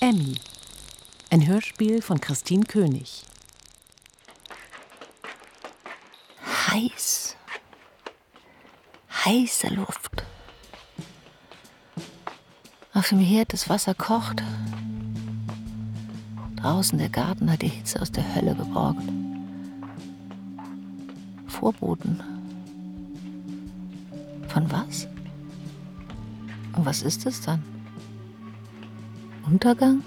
Emmy. Ein Hörspiel von Christine König. Heiß. Heiße Luft. Auf dem Herd das Wasser kocht. Draußen der Garten hat die Hitze aus der Hölle geborgt. Vorboten. Von was? Und was ist es dann? Untergang?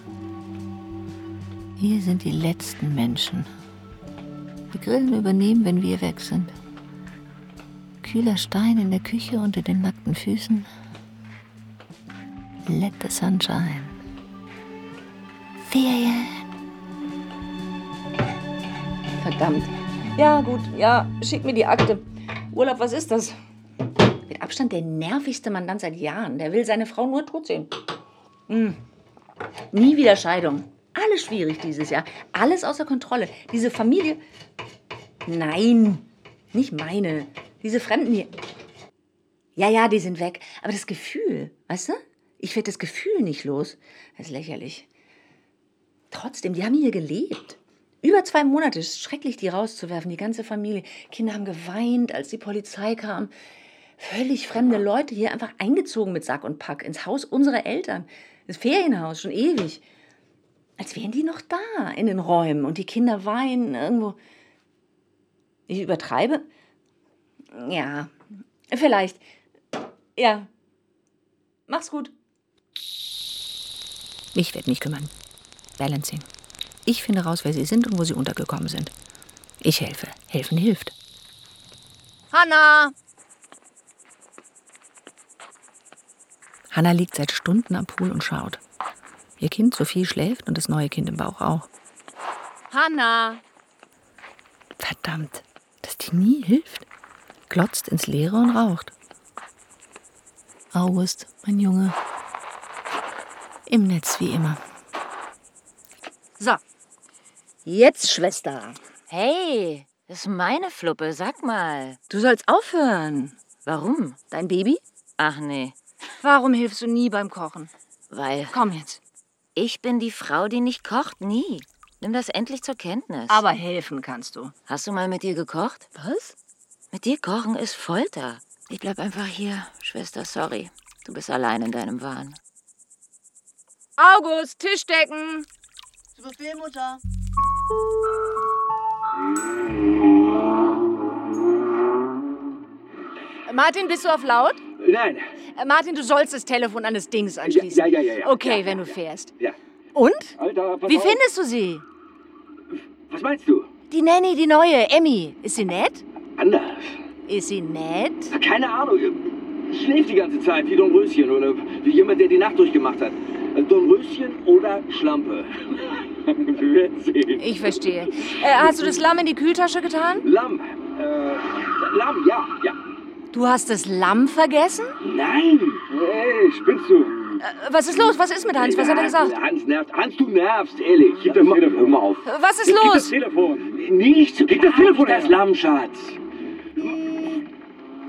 Hier sind die letzten Menschen. Die Grillen übernehmen, wenn wir weg sind. Kühler Stein in der Küche unter den nackten Füßen. Let the sunshine. Ferien. Verdammt. Ja, gut, ja, schick mir die Akte. Urlaub, was ist das? Mit Abstand der nervigste Mandant seit Jahren. Der will seine Frau nur tot sehen. Hm. Nie wieder Scheidung. Alles schwierig dieses Jahr. Alles außer Kontrolle. Diese Familie. Nein, nicht meine. Diese Fremden hier. Ja, ja, die sind weg. Aber das Gefühl, weißt du? Ich werde das Gefühl nicht los. Das ist lächerlich. Trotzdem, die haben hier gelebt. Über zwei Monate. Es ist schrecklich, die rauszuwerfen. Die ganze Familie. Kinder haben geweint, als die Polizei kam. Völlig fremde Leute hier einfach eingezogen mit Sack und Pack ins Haus unserer Eltern. Das Ferienhaus, schon ewig. Als wären die noch da in den Räumen und die Kinder weinen irgendwo. Ich übertreibe? Ja, vielleicht. Ja. Mach's gut. Ich werde mich kümmern. Balancing. Ich finde raus, wer sie sind und wo sie untergekommen sind. Ich helfe. Helfen hilft. Hanna! Hanna liegt seit Stunden am Pool und schaut. Ihr Kind Sophie schläft und das neue Kind im Bauch auch. Hanna! Verdammt, dass die nie hilft. Glotzt ins Leere und raucht. August, mein Junge. Im Netz wie immer. So, Jetzt, Schwester. hey, das ist meine Fluppe, sag mal. Du sollst aufhören. Warum? Dein Baby? Ach nee, Warum hilfst du nie beim Kochen? weil Komm jetzt. ich bin die Frau, die nicht kocht, nie. Nimm das endlich zur Kenntnis. Aber helfen kannst du. Hast du mal mit dir gekocht? Was? Mit dir kochen ist Folter. Ich bleib einfach hier, Schwester, sorry. Du bist allein in deinem Wahn. August, Tischdecken. Zu Befehl, Mutter. Martin, bist du auf laut? Nein. Äh, Martin, du sollst das Telefon an das Dings anschließen. Ja, ja, ja, ja. Okay, Ja, wenn du ja, fährst. Ja. Und? Alter, pass Wie auf. findest du sie? Was meinst du? Die Nanny, die neue, Emmy. Ist sie nett? Anders. Ist sie nett? Keine Ahnung. Schläft die ganze Zeit wie Don Röschen oder wie jemand, der die Nacht durchgemacht hat. Also Don Röschen oder Schlampe. Wir werden sehen. Ich verstehe. Äh, hast du das Lamm in die Kühltasche getan? Lamm. Äh, Lamm, ja, ja. Du hast das Lamm vergessen? Nein. Hey, spinnst du? Äh, was ist los? Was ist mit Hans? Was hat er gesagt? Hans nervt. Hans, du nervst, ehrlich. Gib das Telefon. Hör mal auf. Äh, Was ist los? Telefon. Nicht. Gib das Telefon her. Das Lamm, Schatz.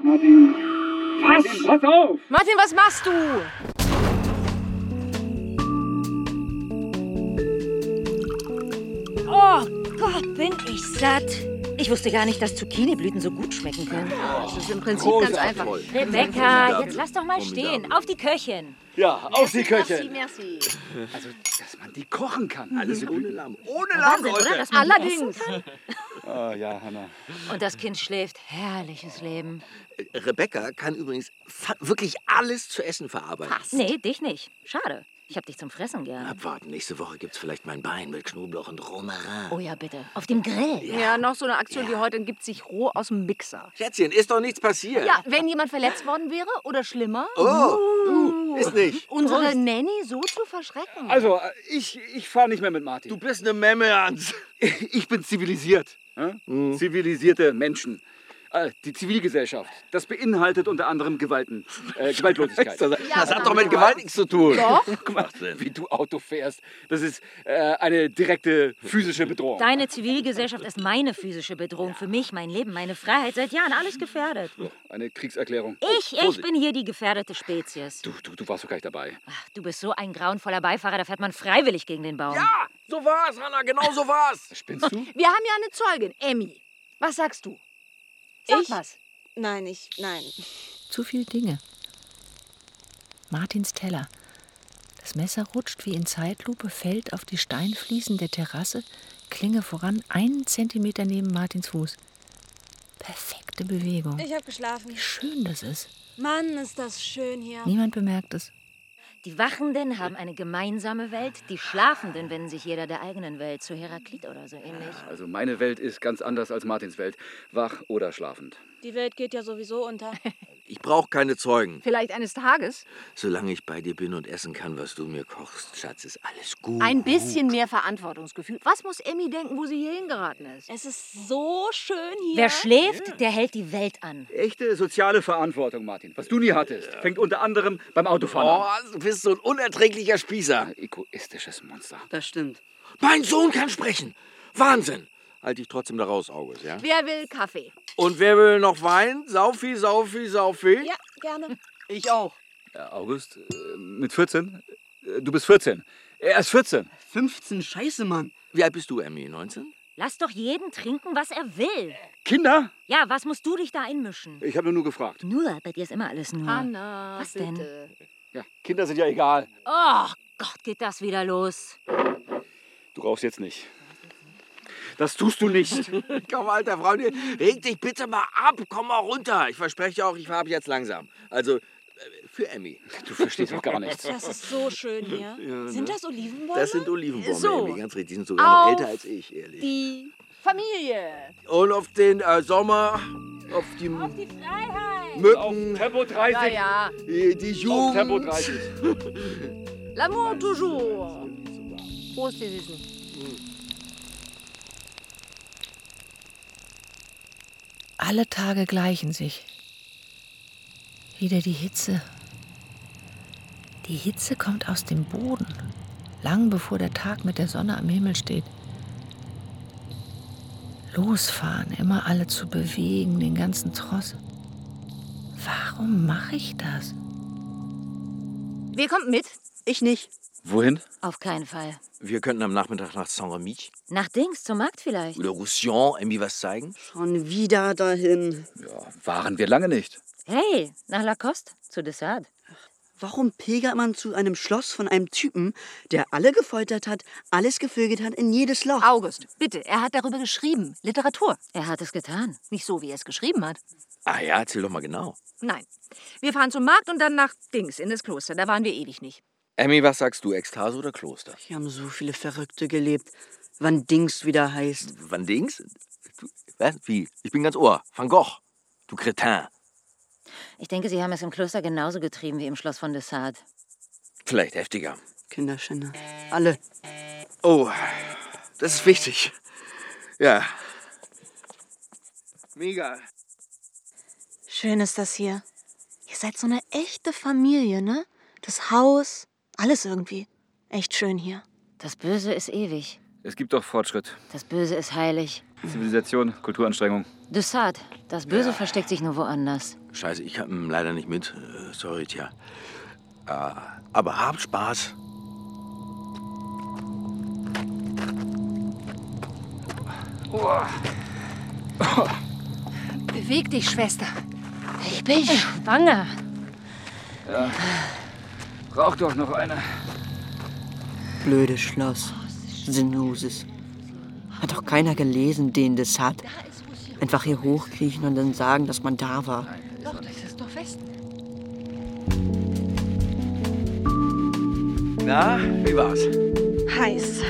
Martin. Was? pass auf. Martin, was machst du? Oh Gott, bin ich satt. Ich wusste gar nicht, dass Zucchiniblüten so gut schmecken können. Das ist im Prinzip ganz einfach. Rebecca, jetzt lass doch mal stehen. Auf die Köchin. Ja, auf die Köche. Merci. Mhm. Also, dass man die kochen kann. Alles ohne Lamm. Ohne Lamm, Oder, Leute. dass man die Allerdings. Oh ja, Hanna. essen- Und das Kind schläft. Herrliches Leben. Rebecca kann übrigens fa- wirklich alles zu essen verarbeiten. Nee, dich nicht. Schade. Ich hab dich zum Fressen gern. Abwarten, nächste Woche gibt's vielleicht mein Bein mit Knoblauch und Romarin. Oh ja, bitte. Auf dem Grill. Ja, noch so eine Aktion wie heute gibt sich roh aus dem Mixer. Schätzchen, ist doch nichts passiert. Ja, wenn jemand verletzt worden wäre oder schlimmer, Oh, uh, ist nicht. unsere Nanny so zu verschrecken. Also, äh, ich, ich fahre nicht mehr mit Martin. Du bist eine Memme, Hans. Mhm. ich bin zivilisiert. Hm? Zivilisierte Menschen. Äh, die Zivilgesellschaft. Das beinhaltet unter anderem Gewalten, äh, Gewaltlosigkeit. Das, das hat doch mit Gewalt nichts zu tun. Doch. Guck mal, wie du Auto fährst. Das ist äh, eine direkte physische Bedrohung. Deine Zivilgesellschaft ist meine physische Bedrohung. Für mich, mein Leben, meine Freiheit. Seit Jahren alles gefährdet. Eine Kriegserklärung. Ich, ich Vorsicht. bin hier die gefährdete Spezies. Du, du, du warst doch gleich dabei. Ach, du bist so ein grauenvoller Beifahrer, da fährt man freiwillig gegen den Baum. Ja, Ah, so war's, Hanna, genau so war's. Spinnst du? Wir haben ja eine Zeugin, Emmy. Was sagst du? Sag Ich? was. Nein, ich, nein. Zu viel Dinge. Martins Teller. Das Messer rutscht wie in Zeitlupe, fällt auf die Steinfliesen der Terrasse, Klinge voran, einen Zentimeter neben Martins Fuß. Perfekte Bewegung. Ich habe geschlafen. Schön das ist. Mann, ist das schön hier. Niemand bemerkt es. Die Wachenden haben eine gemeinsame Welt, die Schlafenden wenden sich jeder der eigenen Welt, zu Heraklit oder so ähnlich. Also meine Welt ist ganz anders als Martins Welt. Wach oder schlafend. Die Welt geht ja sowieso unter. Ich brauche keine Zeugen. Vielleicht eines Tages. Solange ich bei dir bin und essen kann, was du mir kochst, Schatz, ist alles gut. Ein bisschen mehr Verantwortungsgefühl. Was muss Emmy denken, wo sie hier hingeraten ist? Es ist so schön hier. Wer schläft, der hält die Welt an. Echte soziale Verantwortung, Martin. Was du nie hattest, fängt unter anderem beim Autofahren Oh, du bist so ein unerträglicher Spießer. an. Egoistisches Monster. Das stimmt. Mein Sohn kann sprechen. Wahnsinn. Halte ich trotzdem da raus, August, ja? Wer will Kaffee? Und wer will noch Wein? Saufi, Saufi, Saufi. Ja, gerne. Ich auch. Äh, August, äh, mit 14? Äh, Du bist 14. Er ist 14. 15, scheiße, Mann. Wie alt bist du, Emmy? 19? Lass doch jeden trinken, was er will. Kinder? Ja, was musst du dich da einmischen? Ich habe nur gefragt. Nur, bei dir ist immer alles nur. Anna, Was denn? bitte. Ja, Kinder sind ja egal. Oh Gott, geht das wieder los. Du rauchst jetzt nicht. Das tust du nicht. Komm, alter Frau, reg dich bitte mal ab. Komm mal runter. Ich verspreche auch, ich habe jetzt langsam. Also, äh, für Emmy. Du verstehst doch gar nichts. Das ist so schön hier. Sind das Olivenbäume? ne? Das sind Olivenbäume, So. Emmy, ganz richtig. Die sind sogar noch Auf älter als ich, ehrlich. Die Familie. Und auf den äh, Sommer, auf die, Mücken, Tempo 30. Ja, ja. äh, die Auf Tempo Jugend. 30. L'amour toujours. Prost, ihr Süßen. Alle Tage gleichen sich. Wieder die Hitze. Die Hitze kommt aus dem Boden, lang bevor der Tag mit der Sonne am Himmel steht. Losfahren, immer alle zu bewegen, den ganzen Tross. Warum mache ich das? Wer kommt mit? Ich nicht. Wohin? Auf keinen Fall. Wir könnten am Nachmittag nach Saint-Remy Nach Dings, zum Markt vielleicht. oder Roussillon Emmy was zeigen. Schon wieder dahin. Ja, waren wir lange nicht. Hey, nach Lacoste, zu Dessert. Warum pilgert man zu einem Schloss von einem Typen, der alle gefoltert hat, alles gefügelt hat in jedes Loch? August, bitte, er hat darüber geschrieben. Literatur. Er hat es getan. Nicht so, wie er es geschrieben hat. Ah ja, erzähl doch mal genau. Nein. Wir fahren zum Markt und dann nach Dings in das Kloster. Da waren wir ewig nicht. Emmy, was sagst du, Ekstase oder Kloster? Hier haben so viele Verrückte gelebt. Wann Dings wieder heißt. Wann Dings? Du, was? Wie? Ich bin ganz Ohr. Van Gogh. Du Cretin. Ich denke, sie haben es im Kloster genauso getrieben wie im Schloss von Dessert. Vielleicht heftiger. Kinderschänder. Alle. Oh, das ist wichtig. Ja. Mega. Schön ist das hier. Ihr seid so eine echte Familie, ne? Das Haus, alles irgendwie. Echt schön hier. Das Böse ist ewig. Es gibt doch Fortschritt. Das Böse ist heilig. Zivilisation, Kulturanstrengung. Dessert, das Böse versteckt sich nur woanders. Scheiße, ich hab ihn leider nicht mit. Äh, Sorry, tja. Ah, aber habt Spaß. Beweg dich, Schwester. Ich bin schwanger. Rauch doch noch eine. Blödes Schloss. Sinuses. Hat doch keiner gelesen, den das hat. Einfach hier hochkriechen und dann sagen, dass man da war. Doch, das ist doch fest. Na, wie war's? Heiß.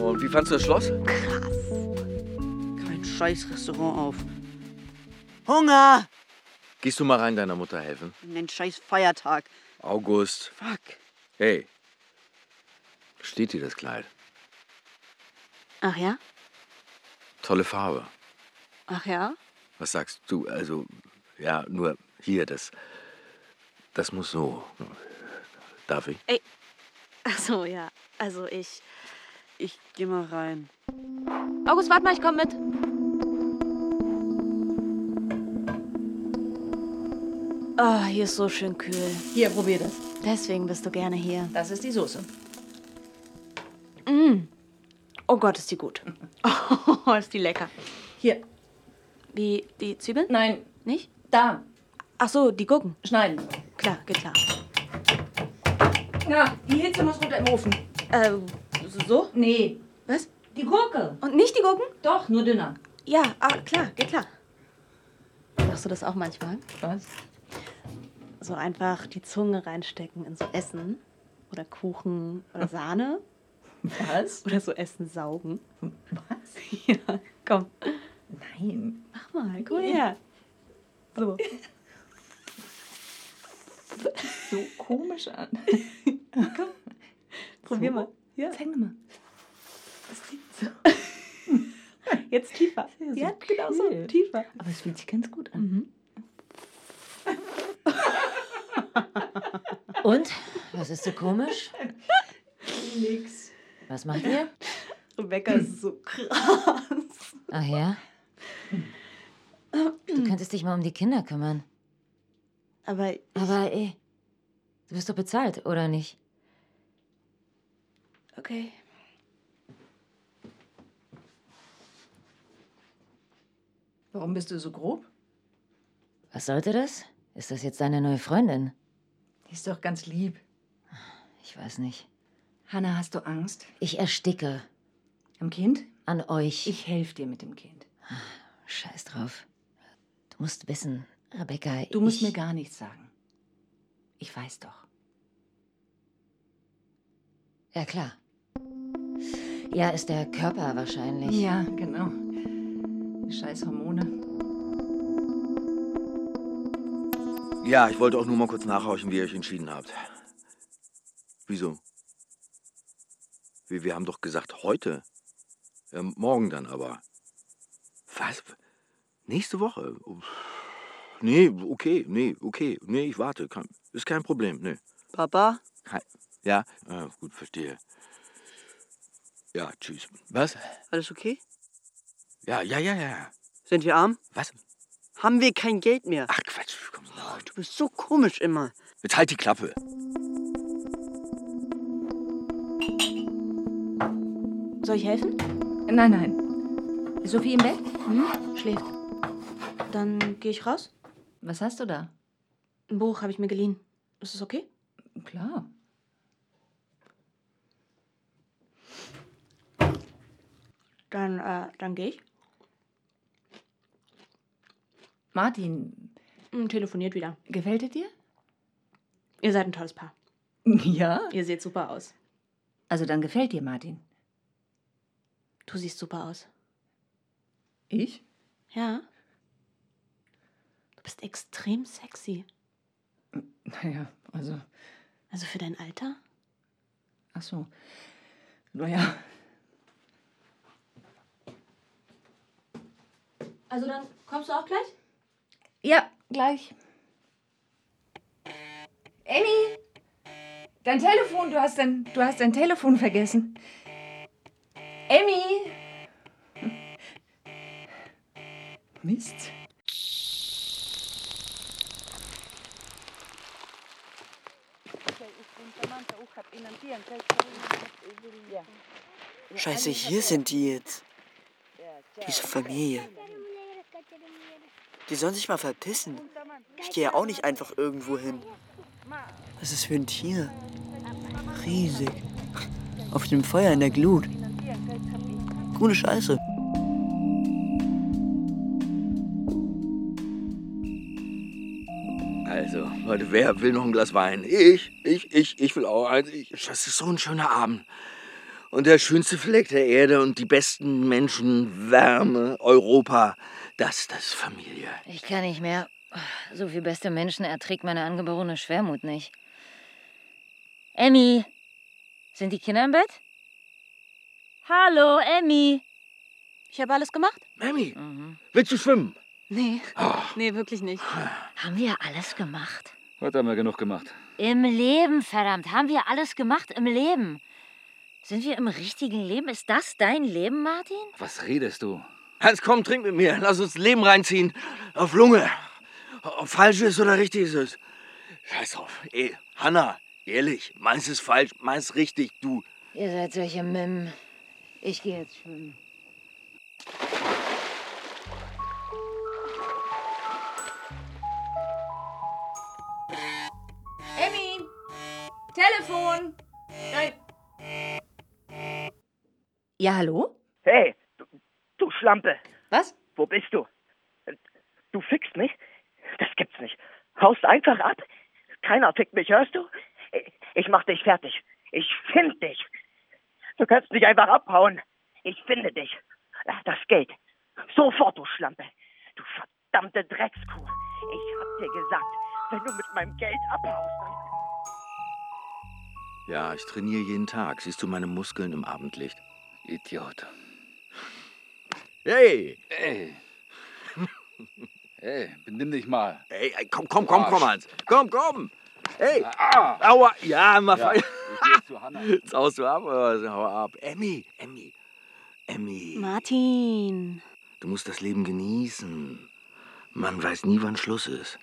Und wie fandst du das Schloss? Kein scheiß Restaurant auf. Hunger! Gehst du mal rein, deiner Mutter helfen? Und Ein scheiß Feiertag. August. Fuck. Hey. Steht dir das Kleid? Ach ja? Tolle Farbe. Ach ja? Was sagst du? Also, ja, nur hier, das. Das muss so. Darf ich? Ey. Achso, ja. Also ich. Ich geh mal rein. August, warte mal, ich komme mit. Ah, hier ist so schön kühl. Hier, probier das. Deswegen bist du gerne hier. Das ist die Soße. Mm. Oh Gott, ist die gut. Oh, ist die lecker. Hier. Wie, die Zwiebeln? Nein. Nicht? Da. Ach so, die Gurken. Schneiden. Klar, geht klar. Na, die Hitze muss runter im Ofen. Äh, so? Nee. Was? Die Gurke. Und nicht die Gurken? Doch, nur dünner. Ja, ah, klar, geht klar. Machst du das auch manchmal? Was? So einfach die Zunge reinstecken in so Essen oder Kuchen oder Sahne. Was? Oder so Essen saugen. Was? Ja, komm. Nein. Mach mal, komm her. So. So komisch an. Komm. Probier So? mal. Ja. Zeig mir mal. Das klingt so. Jetzt tiefer. Ja, so Ja, genau so. kühl. Tiefer. Aber es fühlt sich ganz gut an. Und? Was ist so komisch? Nix. Was macht ihr? Rebecca ist so krass. Ach ja? Du könntest dich mal um die Kinder kümmern. Aber Aber ey, du bist doch bezahlt, oder nicht? okay. Warum bist du so grob? Was sollte das? Ist das jetzt deine neue Freundin? Die ist doch ganz lieb. Ich weiß nicht. Hanna, hast du Angst? Ich ersticke Am Kind? an euch. Ich helfe dir mit dem Kind. Scheiß drauf. Du musst wissen, Rebecca. Du musst ich, mir gar nichts sagen. Ich weiß doch. Ja, klar. Ja, ist der Körper wahrscheinlich. Ja, genau. Die scheiß Hormone. Ja, ich wollte auch nur mal kurz nachhorchen, wie ihr euch entschieden habt. Wieso? Wir, wir haben doch gesagt heute. Ja, morgen dann aber. Was? Nächste Woche? Nee, okay, nee, okay. Nee, ich warte. Kein, ist kein Problem, nee. Papa? Kein, ja? Ah, gut, verstehe. Ja, tschüss. Was? Alles okay? Ja, ja, ja, ja. Sind wir arm? Was? Haben wir kein Geld mehr? Ach, Quatsch. Komm, Ach, du bist so komisch immer. jetzt halt die Klappe. Soll ich helfen? Nein, nein. Ist Sophie im Bett? Schläft. Dann gehe ich raus. Was hast du da? Ein Buch habe ich mir geliehen. Ist es okay? Klar. Dann, äh, dann gehe ich. Martin, Und telefoniert wieder. gefällt es dir? Ihr seid ein tolles Paar. Ja. Ihr seht super aus. Also dann gefällt dir Martin. Du siehst super aus. Ich? Ja. Du bist extrem sexy. Naja, also, Also für dein Alter? ach so. Naja, Also dann kommst du auch gleich? Ja, gleich. Amy, dein Telefon, du hast dein, du hast dein Telefon vergessen. Amy! Mist. Scheiße, hier sind die jetzt. Diese Familie. Die sollen sich mal verpissen. Ich gehe ja auch nicht einfach irgendwo hin. Was ist für ein Tier? Riesig. Auf dem Feuer in der Glut. Coole Scheiße. Also, Leute, wer will noch ein Glas Wein? Ich, ich, ich, ich will auch eins. Ich, das ist so ein schöner Abend. Und der schönste Fleck der Erde und die besten Menschen, Wärme, Europa. Das, das ist Familie. Ich kann nicht mehr. So viel beste Menschen erträgt meine angeborene Schwermut nicht. Emmy, sind die Kinder im Bett? Hallo, Emmy. Ich habe alles gemacht. Mammy, Mhm. willst du schwimmen? Nee. Nee, wirklich nicht. Haben wir alles gemacht? Heute haben wir genug gemacht. Im Leben, verdammt. Haben wir alles gemacht im Leben? Sind wir im richtigen Leben? Ist das dein Leben, Martin? Was redest du? Hans, komm, trink mit mir. Lass uns Leben reinziehen. Auf Lunge. Ob falsch ist oder richtig ist es. Scheiß drauf. Ey, Hanna, ehrlich, meins ist falsch, meins richtig, du. Ihr seid solche Mimmen. Ich gehe jetzt schwimmen. Emmy! Telefon! Nein. Ja, hallo? Hey, du, du Schlampe. Was? Wo bist du? Du fickst mich? Das gibt's nicht. Haust einfach ab? Keiner fickt mich, hörst du? Ich mach dich fertig. Ich find dich. Du kannst nicht einfach abhauen. Ich finde dich. Das geht. Sofort, du Schlampe. Du verdammte Dreckskuh. Ich hab dir gesagt, wenn du mit meinem Geld abhaust, dann Ja, ich trainiere jeden Tag. Siehst du meine Muskeln im Abendlicht? Idiot. Hey! Ey. Ey, benimm dich mal. Ey, komm, komm, komm, komm, Hans. Komm, komm. Hey. Ah. Aua. Ja, mal Ja, ja. ich geh jetzt zu Hanna. Jetzt haust du ab oder was? hau ab. Emmy, Emmy, Emmy. Martin, Du musst das Leben genießen. Man weiß nie, wann Schluss ist.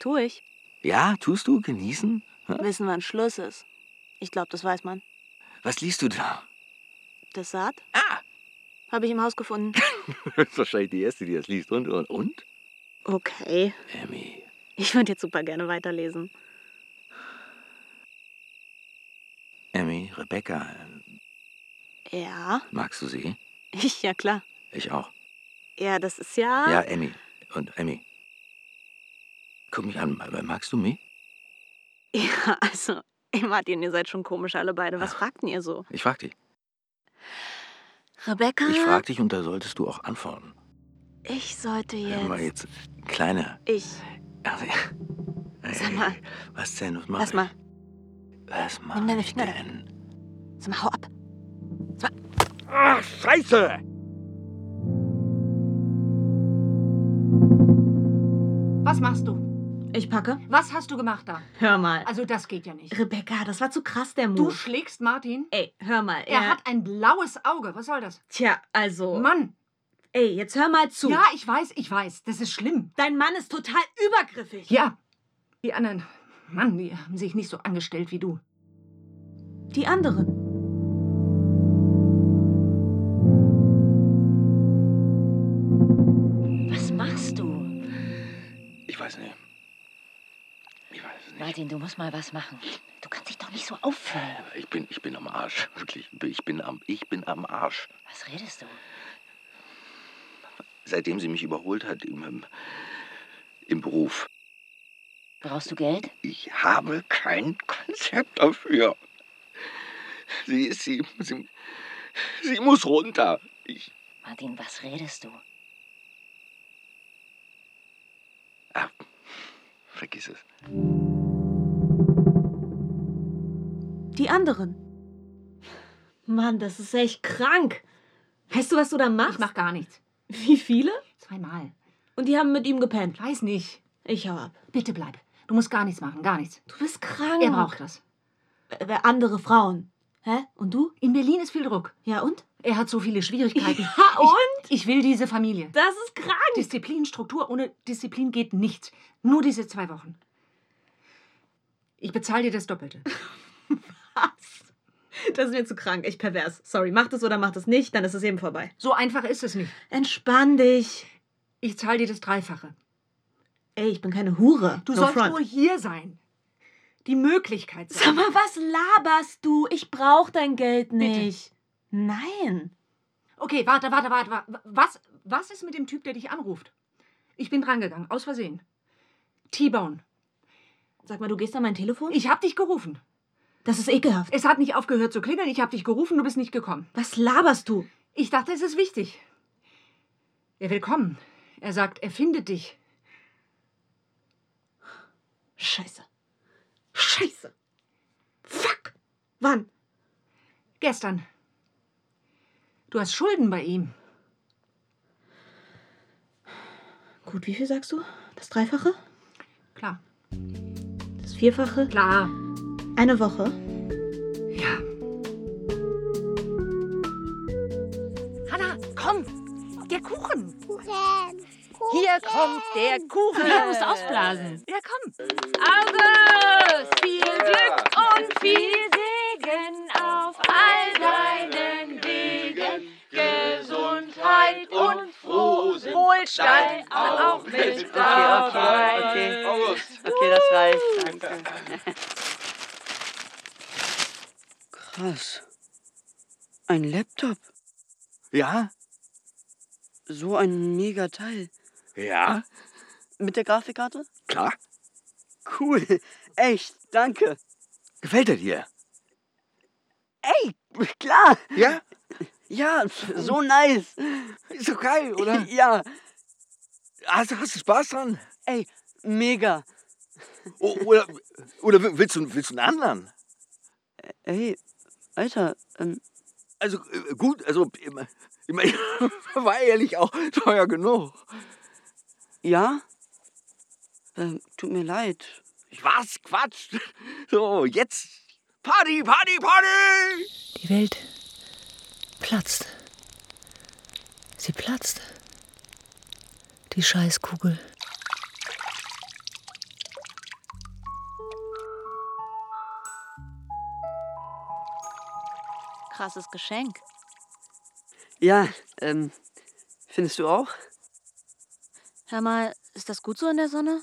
tu ich. Ja, tust du genießen? Wissen, wann Schluss ist. Ich glaube, das weiß man. Was liest du da? Das Saat? Ah! Habe ich im Haus gefunden. Das ist wahrscheinlich die erste, die das liest. Und, und, und? Okay. Emmy. Ich würde jetzt super gerne weiterlesen. Emmy, Rebecca, Ja, magst du sie? ich, ja klar. Ich auch. Ja, das ist ja. Ja, Emmy. Und Emmy. Guck mich an. Magst du mich? Ja, also, ey Martin, ihr seid schon komisch alle beide. Was fragten ihr so? Ich frag dich. Rebecca? Ich frag dich und da solltest du auch antworten. Ich sollte Hör mal jetzt. jetzt. Kleine. Ich. Also, Sag mal, was denn? Was mach lass ich? mal. Was mach Nimm deine ich Finger da denn? Sag mal, hau ab. Ach, Scheiße! Was machst du? Ich packe. Was hast du gemacht da? Hör mal. Also das geht ja nicht. Rebecca, das war zu krass, der Du Move. schlägst Martin? Ey, hör mal. Er hat ein blaues Auge. Was soll das? Tja, also. Mann. Ey, jetzt hör mal zu. Ja, ich weiß, ich weiß. Das ist schlimm. Dein Mann ist total übergriffig. Ja. Die anderen. Mann, die haben sich nicht so angestellt wie du. Die anderen. Was machst du? Ich weiß nicht. Ich weiß es nicht. Martin, du musst mal was machen. Du kannst dich doch nicht so aufführen. Ich bin, ich bin am Arsch. Wirklich. Ich bin am, ich bin am Arsch. Was redest du? Seitdem sie mich überholt hat im, im, im Beruf. Brauchst du Geld? Ich habe kein Konzept dafür. Sie ist, sie, sie, sie muss runter. Ich, Martin, was redest du? ah, vergiss es. Die anderen. Mann, das ist echt krank. Weißt du, was du da machst? Ich mach gar nichts. Wie viele? Zweimal. Und die haben mit ihm gepennt. Weiß nicht. Ich hau ab. Bitte bleib. Du musst gar nichts machen. Gar nichts. Du bist krank. Er braucht das. Äh, andere Frauen. Hä? Und du? In Berlin ist viel Druck. Ja, und? Er hat so viele Schwierigkeiten. Ja, und? Ich, ich will diese Familie. Das ist krank. Disziplin, Struktur, ohne Disziplin geht nichts. Nur diese zwei Wochen. Ich bezahle dir das Doppelte. Das ist mir zu krank. Echt pervers. Sorry, mach das oder mach das nicht, dann ist es eben vorbei. So einfach ist es nicht. Entspann dich. Ich zahle dir das Dreifache. Ey, ich bin keine Hure. Du no sollst front. nur hier sein. Die Möglichkeit sein. Sag mal, was laberst du? Ich brauch dein Geld nicht. Nein. Okay, warte, warte, warte, warte. Was, was ist mit dem Typ, der dich anruft? Ich bin drangegangen, aus Versehen. T-Bone. Sag mal, du gehst an mein Telefon? Ich hab dich gerufen. Das ist ekelhaft. Es hat nicht aufgehört zu klingeln. Ich hab dich gerufen, du bist nicht gekommen. Was laberst du? Ich dachte, es ist wichtig. Er will kommen. Er sagt, er findet dich. Scheiße. Scheiße. Fuck. Wann? Gestern. Du hast Schulden bei ihm. Gut, wie viel sagst du? Das Dreifache? Klar. Das Vierfache? Klar. Eine Woche? Ja. Hanna, komm! Der Kuchen! Hier kommt der Kuchen! Ja, musst ausblasen. Ja, komm! August! Viel Glück und viel Segen auf all deinen Wegen! Gesundheit und Frohsinn! Wohlstand auch mit dabei! Okay, okay. Okay, das reicht. Danke. Krass. Ein Laptop. Ja? So ein mega Teil. Ja? Mit der Grafikkarte? Klar. Cool. Echt, danke. Gefällt er dir? Ey, klar. Ja? Ja, so nice. Ist doch geil, oder? Ja. Hast, hast du Spaß dran? Ey, mega. O- Oder, oder willst, du, willst du einen anderen? Ey, Alter, ähm, Also äh, gut, also immer, immer, war ehrlich auch teuer genug. ja? Ähm, tut mir leid. Was? Quatsch! So, jetzt Party, Party, Party! Die Welt platzt. Sie platzt. Die Scheißkugel. Krasses Geschenk. Ja, ähm, findest du auch? Hör mal, ist das gut so in der Sonne?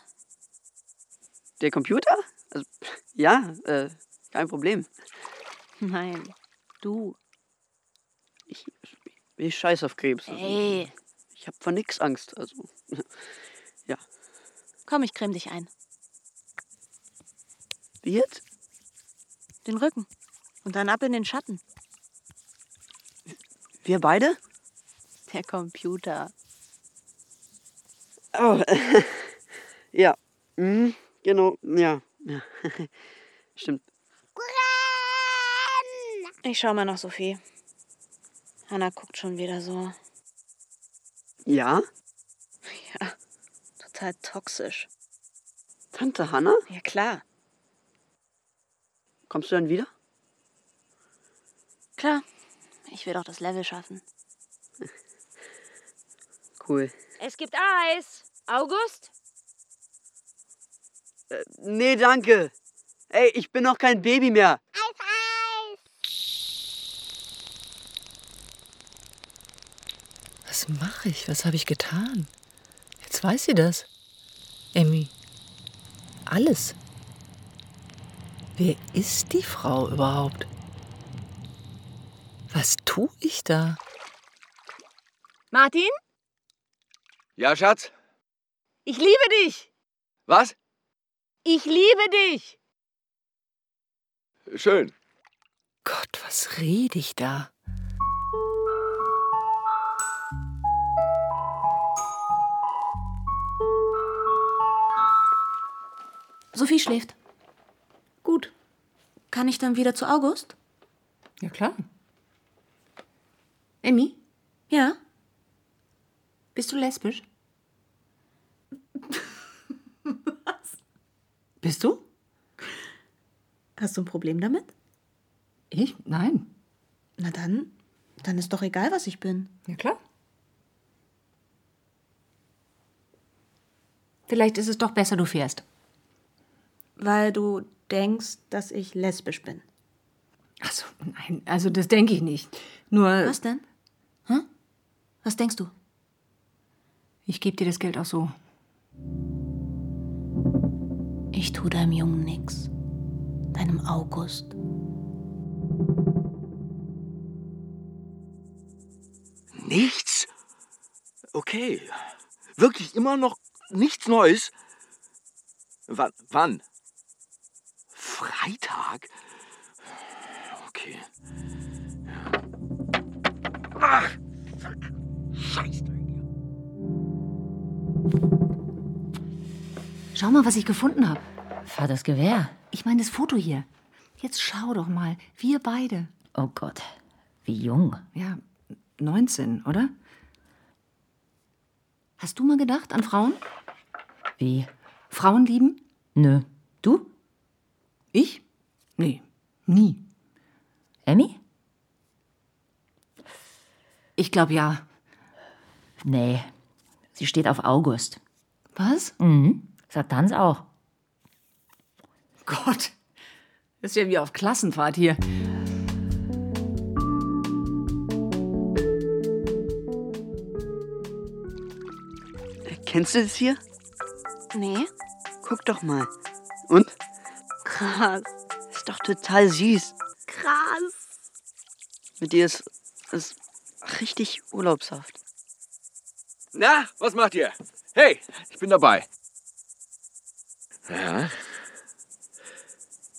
Der Computer? Also, ja, äh, kein Problem. Nein, du. Ich, ich scheiß auf Krebs. Also, Ey. Ich hab vor nix Angst. Also, ja. Komm, ich creme dich ein. Wie jetzt? Den Rücken. Und dann ab in den Schatten. Wir beide? Der Computer. Oh, ja. Mhm, genau, ja. ja. Stimmt. Ich schau mal nach Sophie. Hannah guckt schon wieder so. Ja? Ja, total toxisch. Tante Hanna? Ja, klar. Kommst du dann wieder? Klar. Ich will doch das Level schaffen. Cool. Es gibt Eis! August? Äh, nee, danke. Ey, ich bin noch kein Baby mehr. Was mache ich? Was habe ich getan? Jetzt weiß sie das. Emmy. Alles. Wer ist die Frau überhaupt? Was tue ich da? Martin, Ja, Schatz? ich liebe dich. Was? Ich liebe dich. Schön. Gott, was rede ich da? Sophie schläft. Gut. Kann ich dann wieder zu August? Ja, klar. Emmy? Ja? Bist du lesbisch? Bist du? Hast du ein Problem damit? Ich? Nein. Na dann, dann ist doch egal, was ich bin. Ja, klar. Vielleicht ist es doch besser, du fährst. Weil du denkst, dass ich lesbisch bin. Achso, nein, also das denke ich nicht. Nur. Was denn? Hä? Was denkst du? Ich gebe dir das Geld auch so. Ich tue deinem Jungen nix. Deinem August. Nichts? Okay. Wirklich immer noch nichts Neues? Wann? wann? Freitag? Okay. Ach, Scheiße. Schau mal, was ich gefunden habe. Fahr das Gewehr. Ich meine, das Foto hier. Jetzt schau doch mal. Wir beide. Oh Gott, wie jung. Ja, 19, oder? Hast du mal gedacht an Frauen? Wie? Frauen lieben? Nö. Du? Ich? Nee, nie. Emmy? Ich glaube ja. Nee. Sie steht auf August. Was? Mhm. Satans auch. Gott. Ist ja wie auf Klassenfahrt hier. Äh, Kennst du das hier? Nee? Guck doch mal. Und? Krass. Ist doch total süß. Krass. Mit dir ist, ist richtig urlaubshaft. Na, was macht ihr? Hey, ich bin dabei. Ja.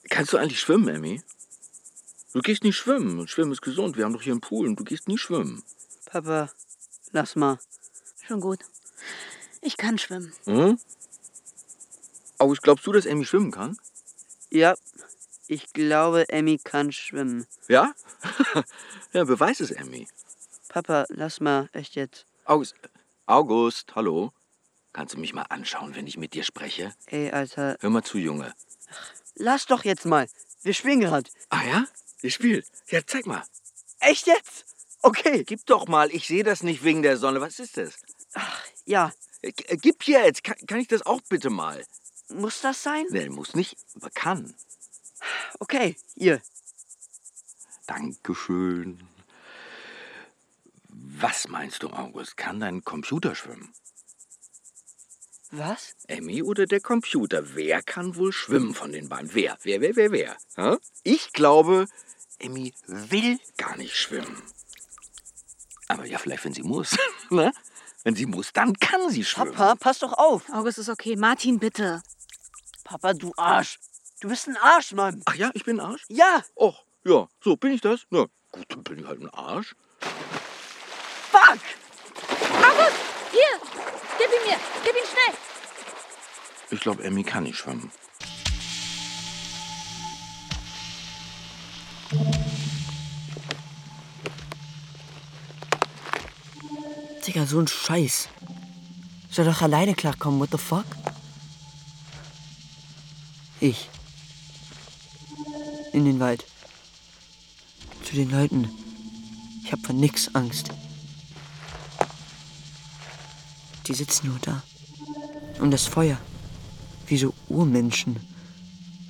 Kannst du eigentlich schwimmen, Emmy? Du gehst nie schwimmen und Schwimmen ist gesund. Wir haben doch hier einen Pool und du gehst nie schwimmen. Papa, lass mal. Schon gut. Ich kann schwimmen. Hm? August, glaubst du, dass Emmy schwimmen kann? Ja, ich glaube, Emmy kann schwimmen. Ja? ja, beweis es, Emmy. Papa, lass mal, echt jetzt. August, August, hallo? Kannst du mich mal anschauen, wenn ich mit dir spreche? Ey, Alter, Hör mal zu, Junge. lass doch jetzt mal. Wir schwingen gerade. Ah ja? Ihr spielt? Ja, zeig mal. Echt jetzt? Okay. Gib doch mal, ich sehe das nicht wegen der Sonne. Was ist das? Ja, Äh, g- äh, Gib hier jetzt. Kann, kann ich das auch bitte mal? muss das sein? Nee, muss nicht, aber kann. Okay, ihr. Dankeschön. Was meinst du, August? Kann dein Computer schwimmen? Was? Emmy oder der Computer? Wer kann wohl schwimmen von den beiden? Wer? Wer, wer, wer, wer? Hä? Ich glaube, Emmy will gar nicht schwimmen. Aber ja, vielleicht, wenn sie muss. ne? Wenn sie muss, dann kann sie schwimmen. Papa, pass doch auf. August ist okay. Martin, bitte. Papa, du Arsch. Du bist ein Arsch, Mann. Ach ja, ich bin ein Arsch? Ja. Och, ja, so bin ich das? Na, gut, dann bin ich halt ein Arsch. Fuck! August, hier, gib ihn mir, gib ihn schnell. Ich glaube, Emmy kann nicht schwimmen. Digga, so ein Scheiß. Soll doch alleine klarkommen, what the fuck? Ich. In den Wald. Zu den Leuten. Ich hab vor nix Angst. Die sitzen nur da. Um das Feuer. Wie so Urmenschen.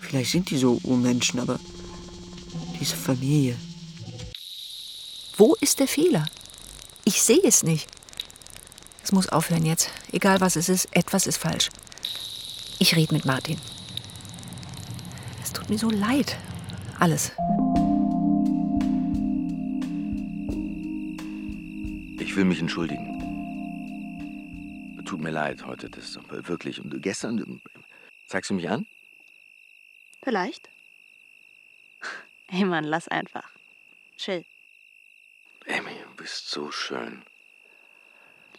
Vielleicht sind die so Urmenschen, aber diese Familie. Wo ist der Fehler? Ich sehe es nicht. Es muss aufhören jetzt. Egal was es ist, etwas ist falsch. Ich rede mit Martin. Es tut mir so leid. Alles. Ich will mich entschuldigen. Tut mir leid heute, das aber wirklich. Und gestern, ähm, zeigst du mich an? Vielleicht. Hey Mann, lass einfach. Chill. Emmy, du bist so schön.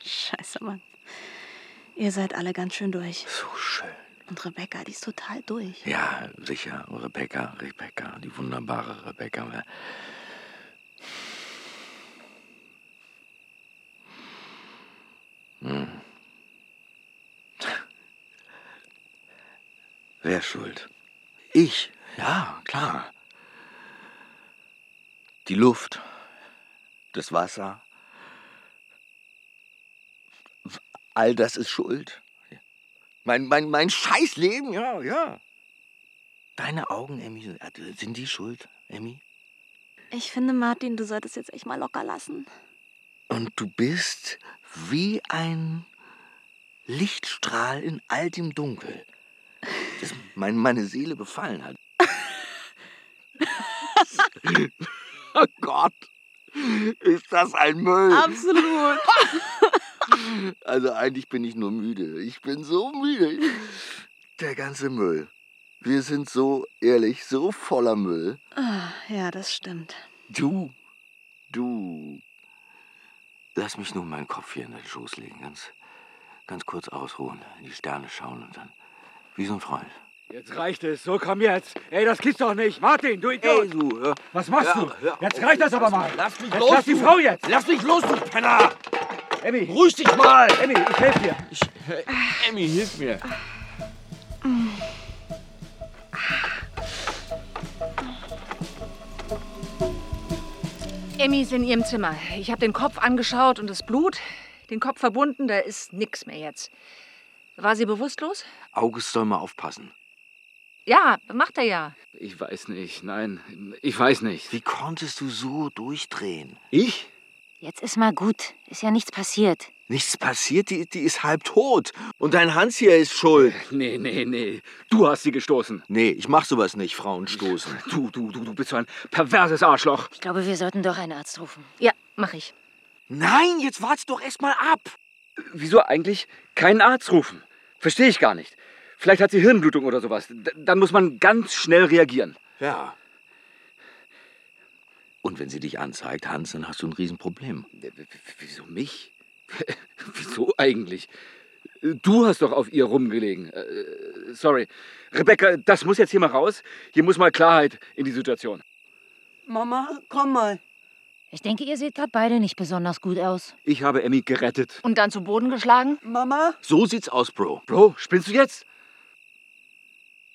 Scheiße, Mann. Ihr seid alle ganz schön durch. So schön. Und Rebecca, die ist total durch. Ja, sicher. Rebecca, Rebecca, die wunderbare Rebecca. Hm. Wer schuld? Ich? Ja, klar. Die Luft, das Wasser, all das ist schuld. Mein, mein, mein Scheißleben, ja, ja. Deine Augen, Emmy, also, sind die schuld, Emmy? Ich finde, Martin, du solltest jetzt echt mal locker lassen. Und du bist wie ein Lichtstrahl in all dem Dunkel, das mein, meine Seele befallen hat. oh Gott, ist das ein Müll. Absolut. Also eigentlich bin ich nur müde. Ich bin so müde. Der ganze Müll. Wir sind so ehrlich, so voller Müll. Ah, ja, das stimmt. Du, du. Lass mich nur meinen Kopf hier in den Schoß legen, ganz, ganz kurz ausruhen, in die Sterne schauen und dann, wie so ein Freund. Jetzt reicht es. So, komm jetzt. Ey, das gibt's doch nicht. Martin, du Idiot. Was machst hör- du? hör jetzt auf, reicht das lass aber mich- mal. lass mich jetzt los, Lass die du- Frau jetzt. lass mich los, du Penner. Emmy, ruhig dich mal! Emmy, ich helfe dir. Emmy, hilf mir. Emmy ist in ihrem Zimmer. Ich habe den Kopf angeschaut und das Blut, den Kopf verbunden, da ist nichts mehr jetzt. War sie bewusstlos? August soll mal aufpassen. Ja, macht er ja. Ich weiß nicht, nein, ich weiß nicht. Wie konntest du so durchdrehen? Ich? Jetzt ist mal gut. Ist ja nichts passiert. Nichts passiert, die, die ist halb tot. Und dein Hans hier ist schuld. Nee, nee, nee. Du hast sie gestoßen. Nee, ich mach sowas nicht, Frauen stoßen. Du, du, du, du bist so ein perverses Arschloch. Ich glaube, wir sollten doch einen Arzt rufen. Ja, mach ich. Nein, jetzt warte doch erst mal ab. Wieso eigentlich keinen Arzt rufen? Verstehe ich gar nicht. Vielleicht hat sie Hirnblutung oder sowas. D dann muss man ganz schnell reagieren. Ja. Und wenn sie dich anzeigt, Hans, dann hast du ein Riesenproblem. W- w- Wieso mich? Wieso eigentlich? Du hast doch auf ihr rumgelegen. Äh, Sorry. Rebecca, das muss jetzt hier mal raus. Hier muss mal Klarheit in die Situation. Mama, komm mal. Ich denke, ihr seht gerade beide nicht besonders gut aus. Ich habe Emmy gerettet. Und dann zu Boden geschlagen? Mama? So sieht's aus, Bro. Bro, spinnst du jetzt?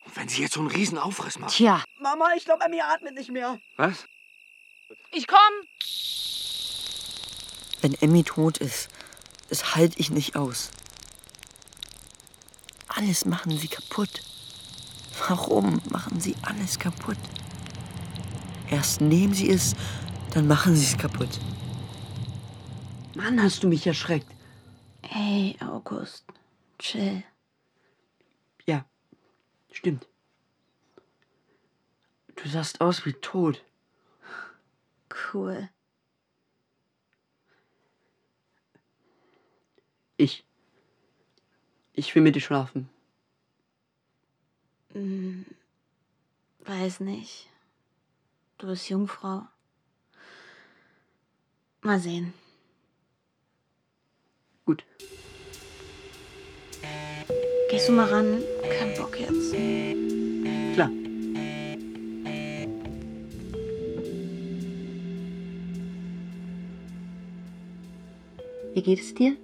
Und wenn sie jetzt so einen Riesenaufriss macht. Tja. Mama, ich glaube, Emmy atmet nicht mehr. Was? Ich komm! Wenn Emmy tot ist, das halte ich nicht aus. Alles machen sie kaputt. Warum machen sie alles kaputt? Erst nehmen sie es, dann machen sie es kaputt. Mann, hast du mich erschreckt. Hey, August. Chill. Ja, stimmt. Du sahst aus wie tot. Cool. Ich. Ich will mit dir schlafen. Hm, weiß nicht. Du bist Jungfrau. Mal sehen. Gut. Gehst du mal ran? Kein Bock jetzt. Klar. Wie geht es dir?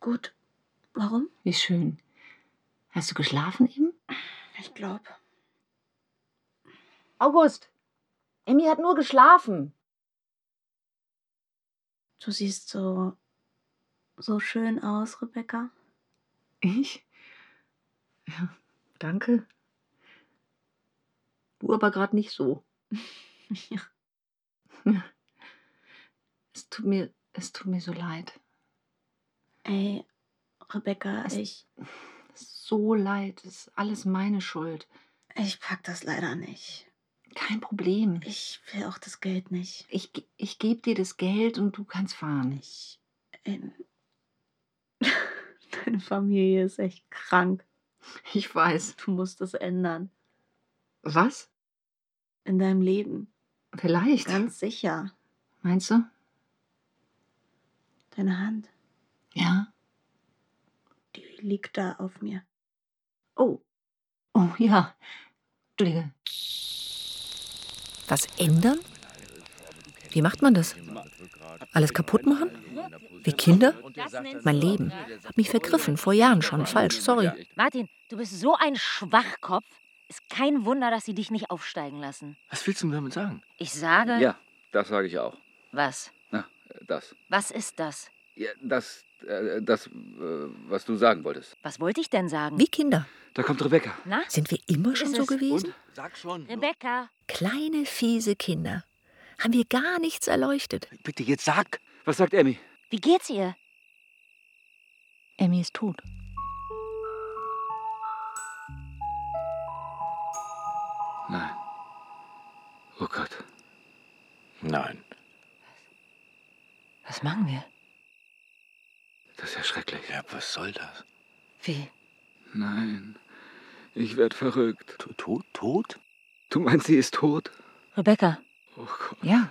Gut. Warum? Wie schön. Hast du geschlafen eben? Ich glaube. August, Emmy hat nur geschlafen. Du siehst so. so schön aus, Rebecca. Ich? Ja, danke. Du aber gerade nicht so. Ja. Es tut mir, es tut mir so leid. Ey, Rebecca, ich. So leid. Es ist alles meine Schuld. Ich pack das leider nicht. Kein Problem. Ich will auch das Geld nicht. Ich, ge- ich gebe dir das Geld und du kannst fahren. Ich. Ähm, Deine Familie ist echt krank. Ich weiß. Du musst das ändern. Was? In deinem Leben. Vielleicht. Ganz sicher. Meinst du? Deine Hand, Ja. die liegt da auf mir. Oh. Oh ja. Entschuldige. Was ändern? Wie macht man das? Alles kaputt machen? Wie Kinder? Mein Leben. Hab mich vergriffen, vor Jahren schon. Falsch, sorry. Martin, du bist so ein Schwachkopf. Ist kein Wunder, dass sie dich nicht aufsteigen lassen. Was willst du mir damit sagen? Ich sage, Ja, das sage ich auch. was? Na, das. Was ist das? Ja, das, äh, das, äh, was du sagen wolltest. Was wollte ich denn sagen? Wie Kinder. Da kommt Rebecca. Na? Sind wir immer schon Ist so es- gewesen? Sag schon. Rebecca, Kleine, fiese Kinder. Haben wir gar nichts erleuchtet. Bitte, jetzt sag. Was sagt Emmy? wie geht's ihr? Emmy ist tot. Nein. Oh Gott. Nein. Was machen wir? Das ist ja schrecklich. Ja, was soll das? Wie? Nein. Ich werd verrückt. Tot? Tot? Du meinst, sie ist tot? Rebecca. Oh Gott. Ja,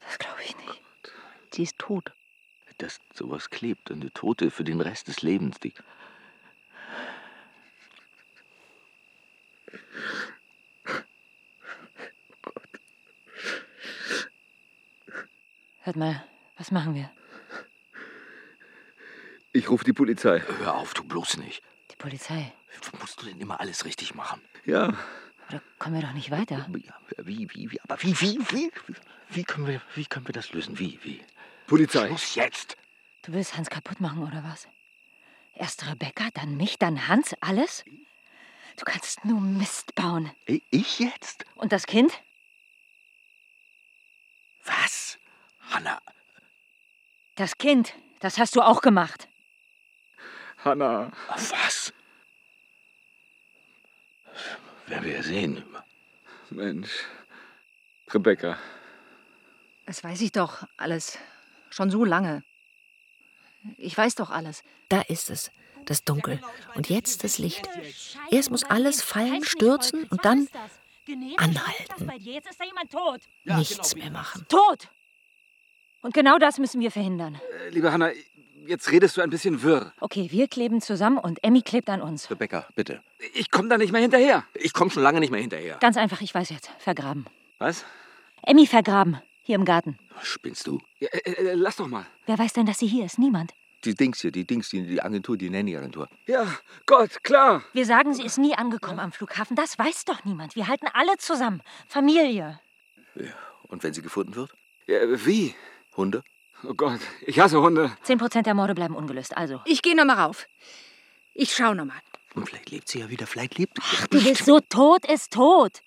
Das glaube ich nicht. sie ist tot. Dass sowas klebt. Eine Tote für den Rest des Lebens. Die Hört mal, was machen wir? Ich rufe die Polizei. Hör auf, du bloß nicht. Die Polizei. Musst du denn immer alles richtig machen? Ja. Oder kommen wir doch nicht weiter? Wie, wie, wie? Aber wie, wie, wie? Wie können wir, wie können wir das lösen? Wie, wie? Polizei. Schluss jetzt. Du willst Hans kaputt machen, oder was? Erst Rebecca, dann mich, dann Hans, alles? Du kannst nur Mist bauen. I- Ich jetzt? Und das Kind? Was? Hanna, Das Kind, das hast du auch gemacht. Hanna. Was? Werden wir ja sehen. Mensch. Rebecca. Das weiß ich doch alles. Schon so lange. Ich weiß doch alles. Da ist es, das Dunkel. Und jetzt das Licht. Erst muss alles fallen, stürzen und dann anhalten. Jetzt ist da jemand tot. nichts mehr machen. Tot! Und genau das müssen wir verhindern. Äh, Liebe Hanna, jetzt redest du ein bisschen wirr. Okay, wir kleben zusammen und Emmy klebt an uns. Rebecca, bitte. Ich komme da nicht mehr hinterher. Ich komme schon lange nicht mehr hinterher. Ganz einfach, ich weiß jetzt. Vergraben. Was? Emmy vergraben. Hier im Garten. Spinnst du? Ja, äh, äh, lass doch mal. Wer weiß denn, dass sie hier ist? Niemand. Die Dings hier, die Dings, die, die Agentur, die Nanny-Agentur. Ja, Gott, klar. Wir sagen, sie ist nie angekommen am Flughafen. Das weiß doch niemand. Wir halten alle zusammen. Familie. Und wenn sie gefunden wird? wie? Hunde? Oh Gott, ich hasse Hunde. 10% der Morde bleiben ungelöst. Also. Ich gehe nochmal rauf. Ich schau nochmal. Und vielleicht lebt sie ja wieder, vielleicht lebt Ach, Du bist so tot, ist tot.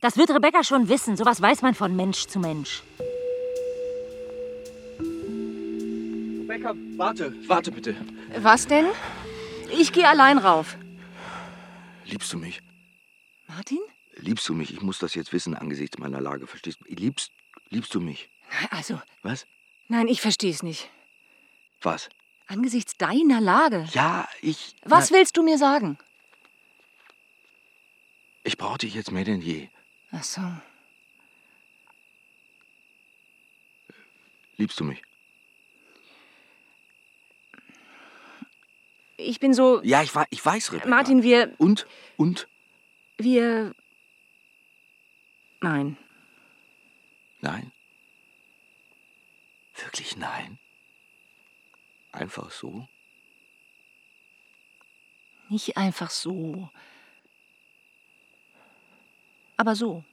Das wird Rebecca schon wissen. Sowas weiß man von Mensch zu Mensch. Rebecca, warte, warte bitte. Was denn? Ich gehe allein rauf. Liebst du mich? Martin? Liebst du mich? Ich muss das jetzt wissen angesichts meiner Lage, verstehst du? Liebst, liebst du mich? Also, Was? nein, ich verstehe es nicht. Was? Angesichts deiner Lage. Ja, ich... Was Na, willst du mir sagen? Ich brauche dich jetzt mehr denn je. Ach so. Liebst du mich? Ich bin so. Ja, ich, wa- ich weiß, Rebecca. Martin, wir. Und? Und? Wir. Nein. Nein. Wirklich nein? Einfach so? Nicht einfach so. Aber so.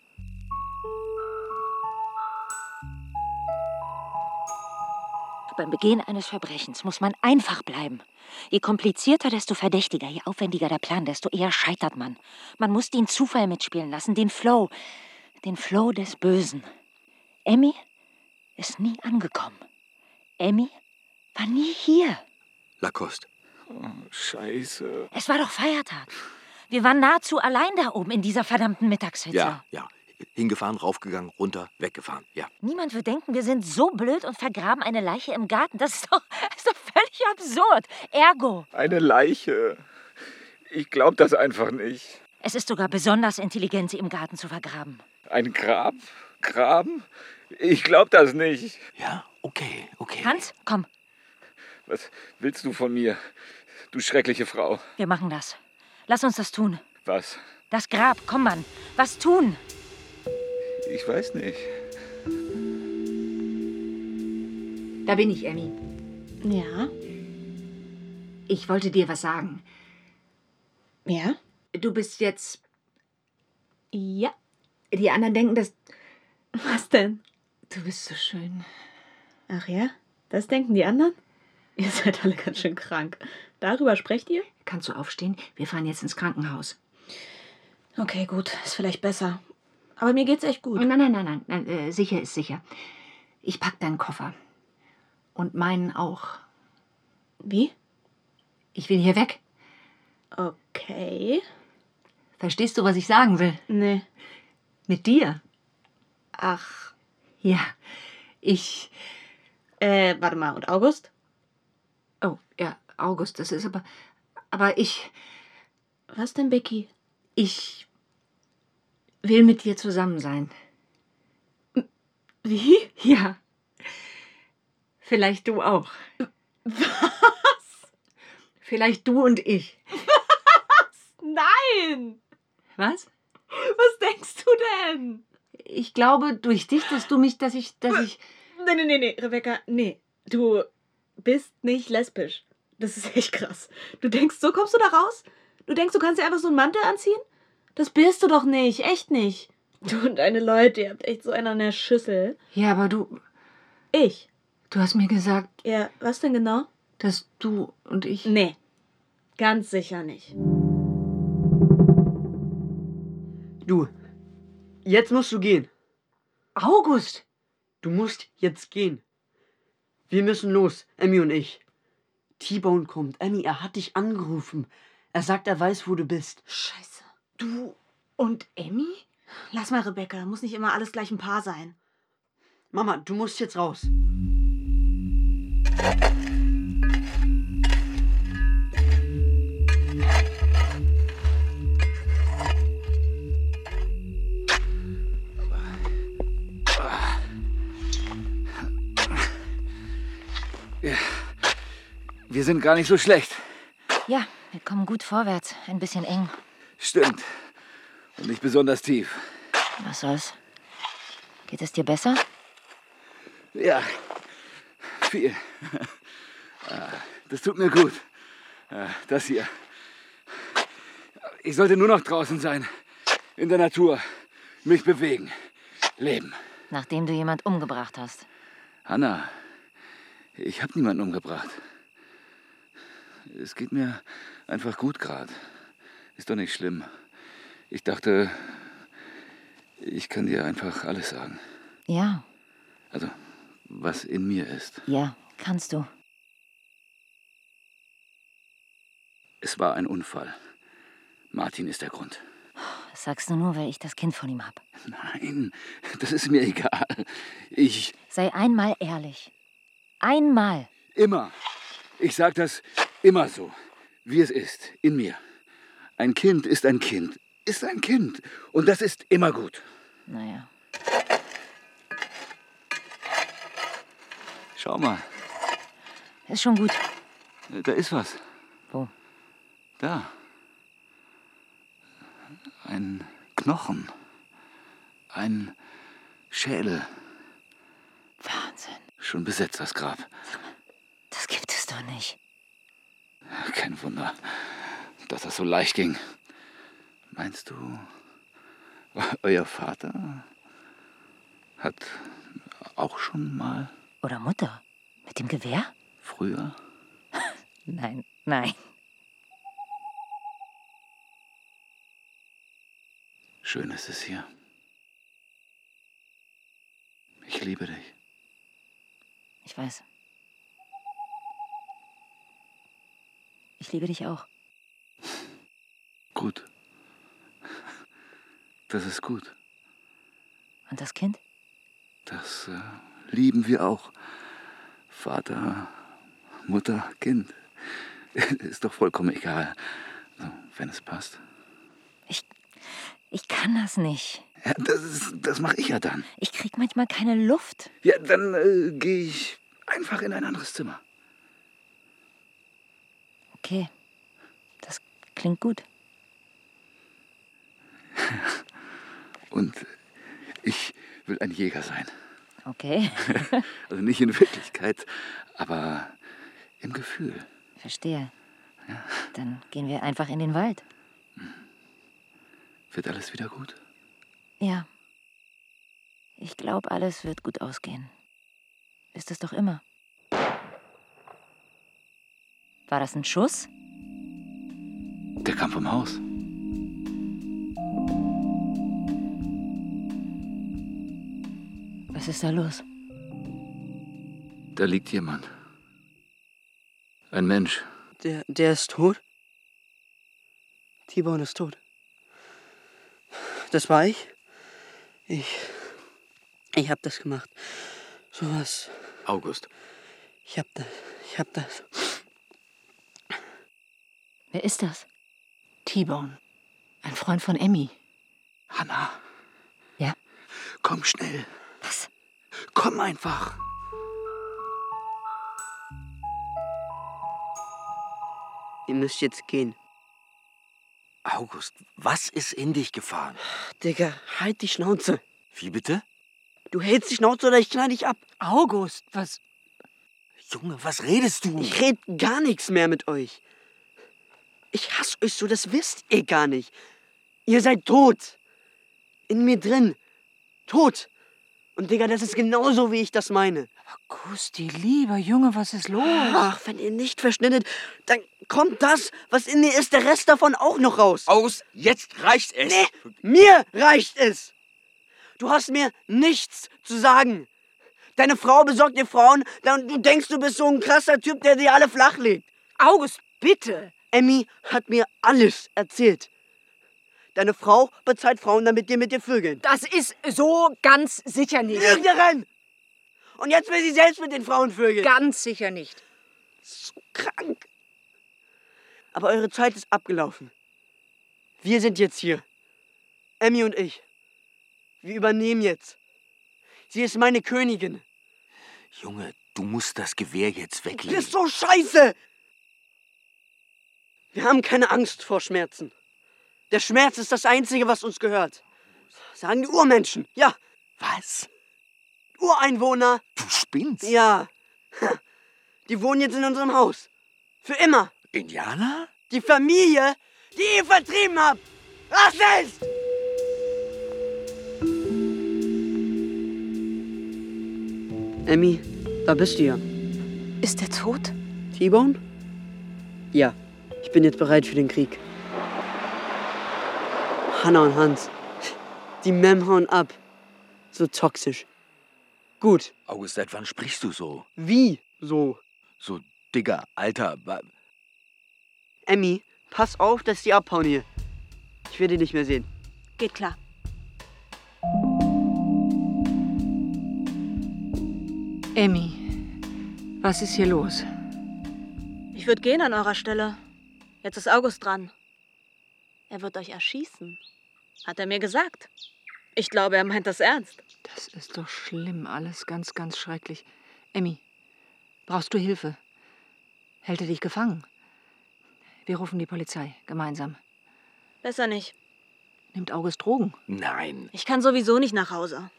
Beim Begehen eines Verbrechens muss man einfach bleiben. Je komplizierter, desto verdächtiger, je aufwendiger der Plan, desto eher scheitert man. Man muss den Zufall mitspielen lassen, den Flow, den Flow des Bösen. Emmy ist nie angekommen. Emmy war nie hier. Lacoste. scheiße. Es war doch Feiertag. Wir waren nahezu allein da oben in dieser verdammten Mittagshitze. Ja, ja. Hingefahren, raufgegangen, runter, weggefahren. Ja. Niemand wird denken, wir sind so blöd und vergraben eine Leiche im Garten. Das ist doch, das ist doch völlig absurd. Ergo, Eine Leiche. Ich glaub das einfach nicht. es ist sogar besonders intelligent, sie im Garten zu vergraben. Ein Grab? Graben? Ich glaub das nicht. Ja, okay, okay. Hans, komm, Was willst du von mir? Du schreckliche Frau. wir machen das. Lass uns das tun. Was? Das Grab, komm, Mann. Was tun? Ich weiß nicht. Da bin ich, Emmy. Ja? Ich wollte dir was sagen. Ja? Du bist jetzt. Ja. Die anderen denken, dass. Was denn? Du bist so schön. Ach ja? Das denken die anderen? Ihr seid alle ganz schön krank. Darüber sprecht ihr? Kannst du aufstehen? Wir fahren jetzt ins Krankenhaus. Okay, gut. Ist vielleicht besser. Aber mir geht's echt gut. Nein, nein, nein, nein. nein äh, sicher ist sicher. Ich pack deinen Koffer. Und meinen auch. Wie? Ich will hier weg. Okay. Verstehst du, was ich sagen will? Nee. Mit dir? Ach. Ja. Ich. Äh, warte mal. Und August? Oh, ja, August, das ist aber. Aber ich. Was denn, Becky? Ich. will mit dir zusammen sein. Wie? Ja. Vielleicht du auch. Was? Vielleicht du und ich. Nein! Was? Was denkst du denn? Ich glaube, durch dich, dass du mich, dass ich, dass ich. Nee, nee, nee, nee, Rebecca, nee. Du bist nicht lesbisch. Das ist echt krass. Du denkst, so kommst du da raus? Du denkst, du kannst dir einfach so einen Mantel anziehen? Das bist du doch nicht, echt nicht. Du und deine Leute, ihr habt echt so einen an der Schüssel. Ja, aber du. Ich? Du hast mir gesagt. Ja, was denn genau? Dass du und ich. Nee, ganz sicher nicht. Du, jetzt musst du gehen. August! Du musst jetzt gehen. Wir müssen los, Emmy und ich. T-Bone kommt. Emmy, er hat dich angerufen. Er sagt, er weiß, wo du bist. Scheiße. Du und Emmy? Lass mal, Rebecca. Muss nicht immer alles gleich ein Paar sein. Mama, du musst jetzt raus. Ja. Wir sind gar nicht so schlecht. Ja, wir kommen gut vorwärts. Ein bisschen eng. Stimmt. Und nicht besonders tief. Was soll's? Geht es dir besser? Ja, viel. Ah, Das tut mir gut. Ah, Das hier. Ich sollte nur noch draußen sein. In der Natur. Mich bewegen. Leben. Nachdem du jemand umgebracht hast. Hanna, ich habe niemanden umgebracht. Es geht mir einfach gut gerade. Ist doch nicht schlimm. Ich dachte, ich kann dir einfach alles sagen. Ja, Also, was in mir ist. ja, kannst du. Es war ein Unfall. Martin ist der Grund. Das sagst du nur, weil ich das Kind von ihm hab. Nein, das ist mir egal. Ich Sei einmal ehrlich. Einmal. immer. Ich sag das immer so, wie es ist, in mir. Ein Kind ist ein Kind, ist ein Kind. Und das ist immer gut. Naja. Schau mal, Ist schon gut. da ist was. Wo? Da. Ein Knochen. Ein Schädel. Wahnsinn. Schon besetzt das Grab. Das gibt es doch nicht. Kein Wunder, dass das so leicht ging. Meinst du, euer Vater hat auch schon mal Oder Mutter? Mit dem Gewehr? früher? Nein, nein. Schön ist es hier. Ich liebe dich. Ich weiß. Ich liebe dich auch. Gut. Das ist gut. Und das Kind? Das äh, lieben wir auch. Vater, Mutter, Kind. Ist doch vollkommen egal. So, wenn es passt. Ich kann das nicht. Ja, das ist- das mache ich ja dann. Ich krieg manchmal keine Luft. Ja, dann äh, gehe ich einfach in ein anderes Zimmer. Okay. Das klingt gut. Und äh, ich will ein Jäger sein. Okay. also nicht in Wirklichkeit, aber im Gefühl. Verstehe. Dann gehen wir einfach in den Wald. Wird alles wieder gut? Ja. Ich glaube, alles wird gut ausgehen. Ist es doch immer. War das ein Schuss? Der Kampf im Haus. Was ist da los? Da liegt jemand. Ein Mensch. Der, der ist tot? T-Bone ist tot. Das war ich. Ich. Ich hab das gemacht. Sowas. August. Ich hab das. Ich hab das. Wer ist das? T-Bone. Ein Freund von Emmy. Hanna. Ja? Komm schnell. Was? Komm einfach. Ihr müsst jetzt gehen. August, was ist in dich gefahren? Digga, halt die Schnauze. Wie bitte? Du hältst die Schnauze oder ich knall dich ab. August, was? Junge, was redest du? Ich red gar nichts mehr mit euch. Ich hasse euch so, das wisst ihr gar nicht. Ihr seid tot. In mir drin. Tot. Und Digga, das ist genauso, wie ich das meine. Gusti, lieber Junge, was ist los? Ach, wenn ihr nicht verschnittet, dann kommt das, was in mir ist, der Rest davon auch noch raus. Aus, jetzt reicht es. Nee, mir reicht es. Du hast mir nichts zu sagen. Deine Frau besorgt dir Frauen, dann du denkst, du bist so ein krasser Typ, der dir alle flachlegt. August, bitte. Emmy hat mir alles erzählt. Deine Frau bezahlt Frauen, damit die mit dir vögeln. Das ist so ganz sicher nicht. Lügnerin! Und jetzt will sie selbst mit den Frauen vögeln. Ganz sicher nicht. So krank. Aber eure Zeit ist abgelaufen. Wir sind jetzt hier. Emmy und ich. Wir übernehmen jetzt. Sie ist meine Königin. Junge, du musst das Gewehr jetzt Das weglegen. ist so scheiße. Wir haben keine Angst vor Schmerzen. Der Schmerz ist das Einzige, was uns gehört. Sagen die Urmenschen. Ja. Was? Ureinwohner. Du spinnst. Ja. Ha. Die wohnen jetzt in unserem Haus. Für immer. Indianer? Die Familie, die ihr vertrieben habt. Rassist! Emmy, da bist du ja. Ist er tot? T-Bone? Ja, ich bin jetzt bereit für den Krieg. Hanna und Hans. Die Mem hauen ab. So toxisch. Gut, August, seit wann sprichst du so? wie so? So, Digga, Alter, wa- Emmy, pass auf, dass die abhauen hier. Ich will die nicht mehr sehen. Geht klar. Emmy, was ist hier los? Ich würde gehen an eurer Stelle. Jetzt ist August dran. Er wird euch erschießen. Hat er mir gesagt. Ich glaube, er meint das ernst. Das ist doch schlimm, alles ganz, ganz schrecklich. Emmy, brauchst du Hilfe? Hält er dich gefangen? Wir rufen die Polizei gemeinsam. Besser nicht. Nimmt August Drogen? Nein. Ich kann sowieso nicht nach Hause.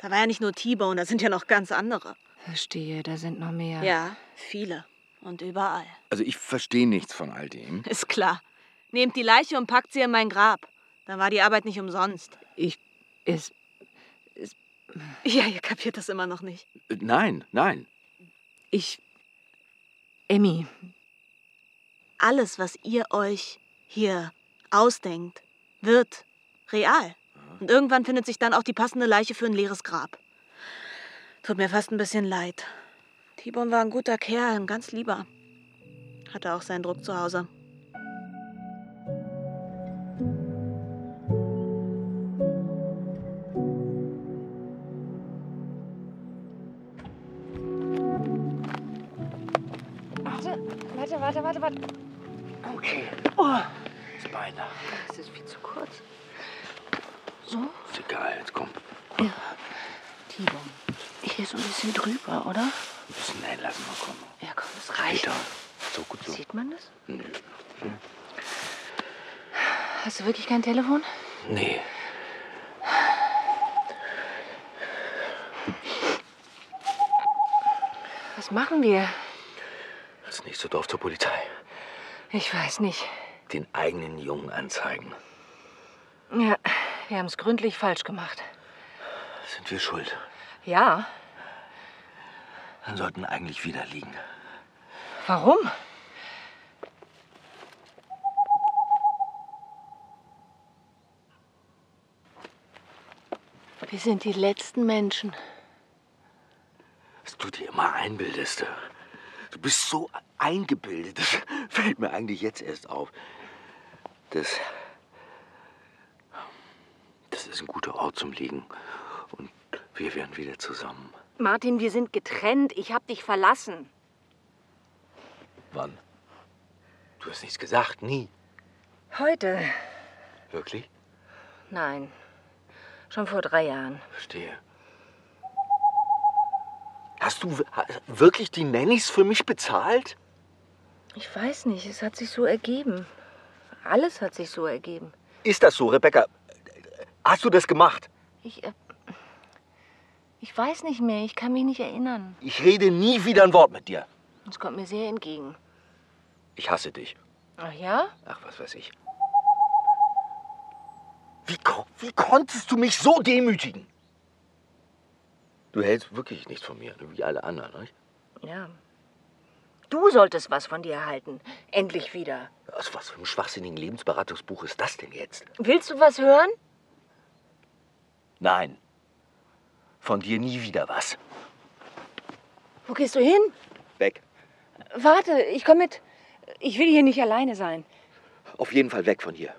Da war ja nicht nur T-Bone, da sind ja noch ganz andere. Verstehe, da sind noch mehr. Ja, viele. Und überall. Also ich verstehe nichts von all dem. Ist klar. Nehmt die Leiche und packt sie in mein Grab. Dann war die Arbeit nicht umsonst. Ich. Es. Ja, ihr kapiert das immer noch nicht. Äh, Nein, nein. Ich. Emmy, Alles, was ihr euch hier ausdenkt, wird real. Und irgendwann findet sich dann auch die passende Leiche für ein leeres Grab. Tut mir fast ein bisschen leid. Tibon war ein guter Kerl, ein ganz lieber. Hatte auch seinen Druck zu Hause. Warte, warte, warte, warte, warte. Okay. Oh. Spider. Das ist viel zu kurz. So, Ist egal, jetzt komm. Tibor. Hier so ein bisschen drüber, oder? Ein bisschen einlassen, mal kommen. Ja, komm, es reicht. Peter, so gut so. Sieht man das? Nö. Hast du wirklich kein Telefon? Nee. Was machen wir? Als nächstes Dorf zur Polizei. Ich weiß nicht. Den eigenen Jungen anzeigen. Ja, wir haben es gründlich falsch gemacht. Sind wir schuld? Ja, Dann sollten eigentlich wieder liegen. warum? Wir sind die letzten Menschen. Was du dir immer einbildest. Du bist so eingebildet. Das fällt mir eigentlich jetzt erst auf. Das. Das ist ein guter Ort zum Liegen. Und wir werden wieder zusammen. Martin, wir sind getrennt. Ich hab dich verlassen. Wann? Du hast nichts gesagt, nie. Heute? Wirklich? Nein. Schon vor drei Jahren. Verstehe. Hast du w- ha- wirklich die Nannies für mich bezahlt? Ich weiß nicht, es hat sich so ergeben. Alles hat sich so ergeben. Ist das so, Rebecca? Hast du das gemacht? Ich. Äh, ich weiß nicht mehr, ich kann mich nicht erinnern. Ich rede nie wieder ein Wort mit dir. Das kommt mir sehr entgegen. Ich hasse dich. Ach ja? Ach, was weiß ich. Wie, ko- wie konntest du mich so demütigen? Du hältst wirklich nichts von mir, wie alle anderen, nicht? Ja. Du solltest was von dir halten. Endlich wieder. Aus was für einem schwachsinnigen Lebensberatungsbuch ist das denn jetzt? Willst du was hören? Nein. Von dir nie wieder was. Wo gehst du hin? Weg. Warte, ich komme mit. Ich will hier nicht alleine sein. Auf jeden Fall weg von hier.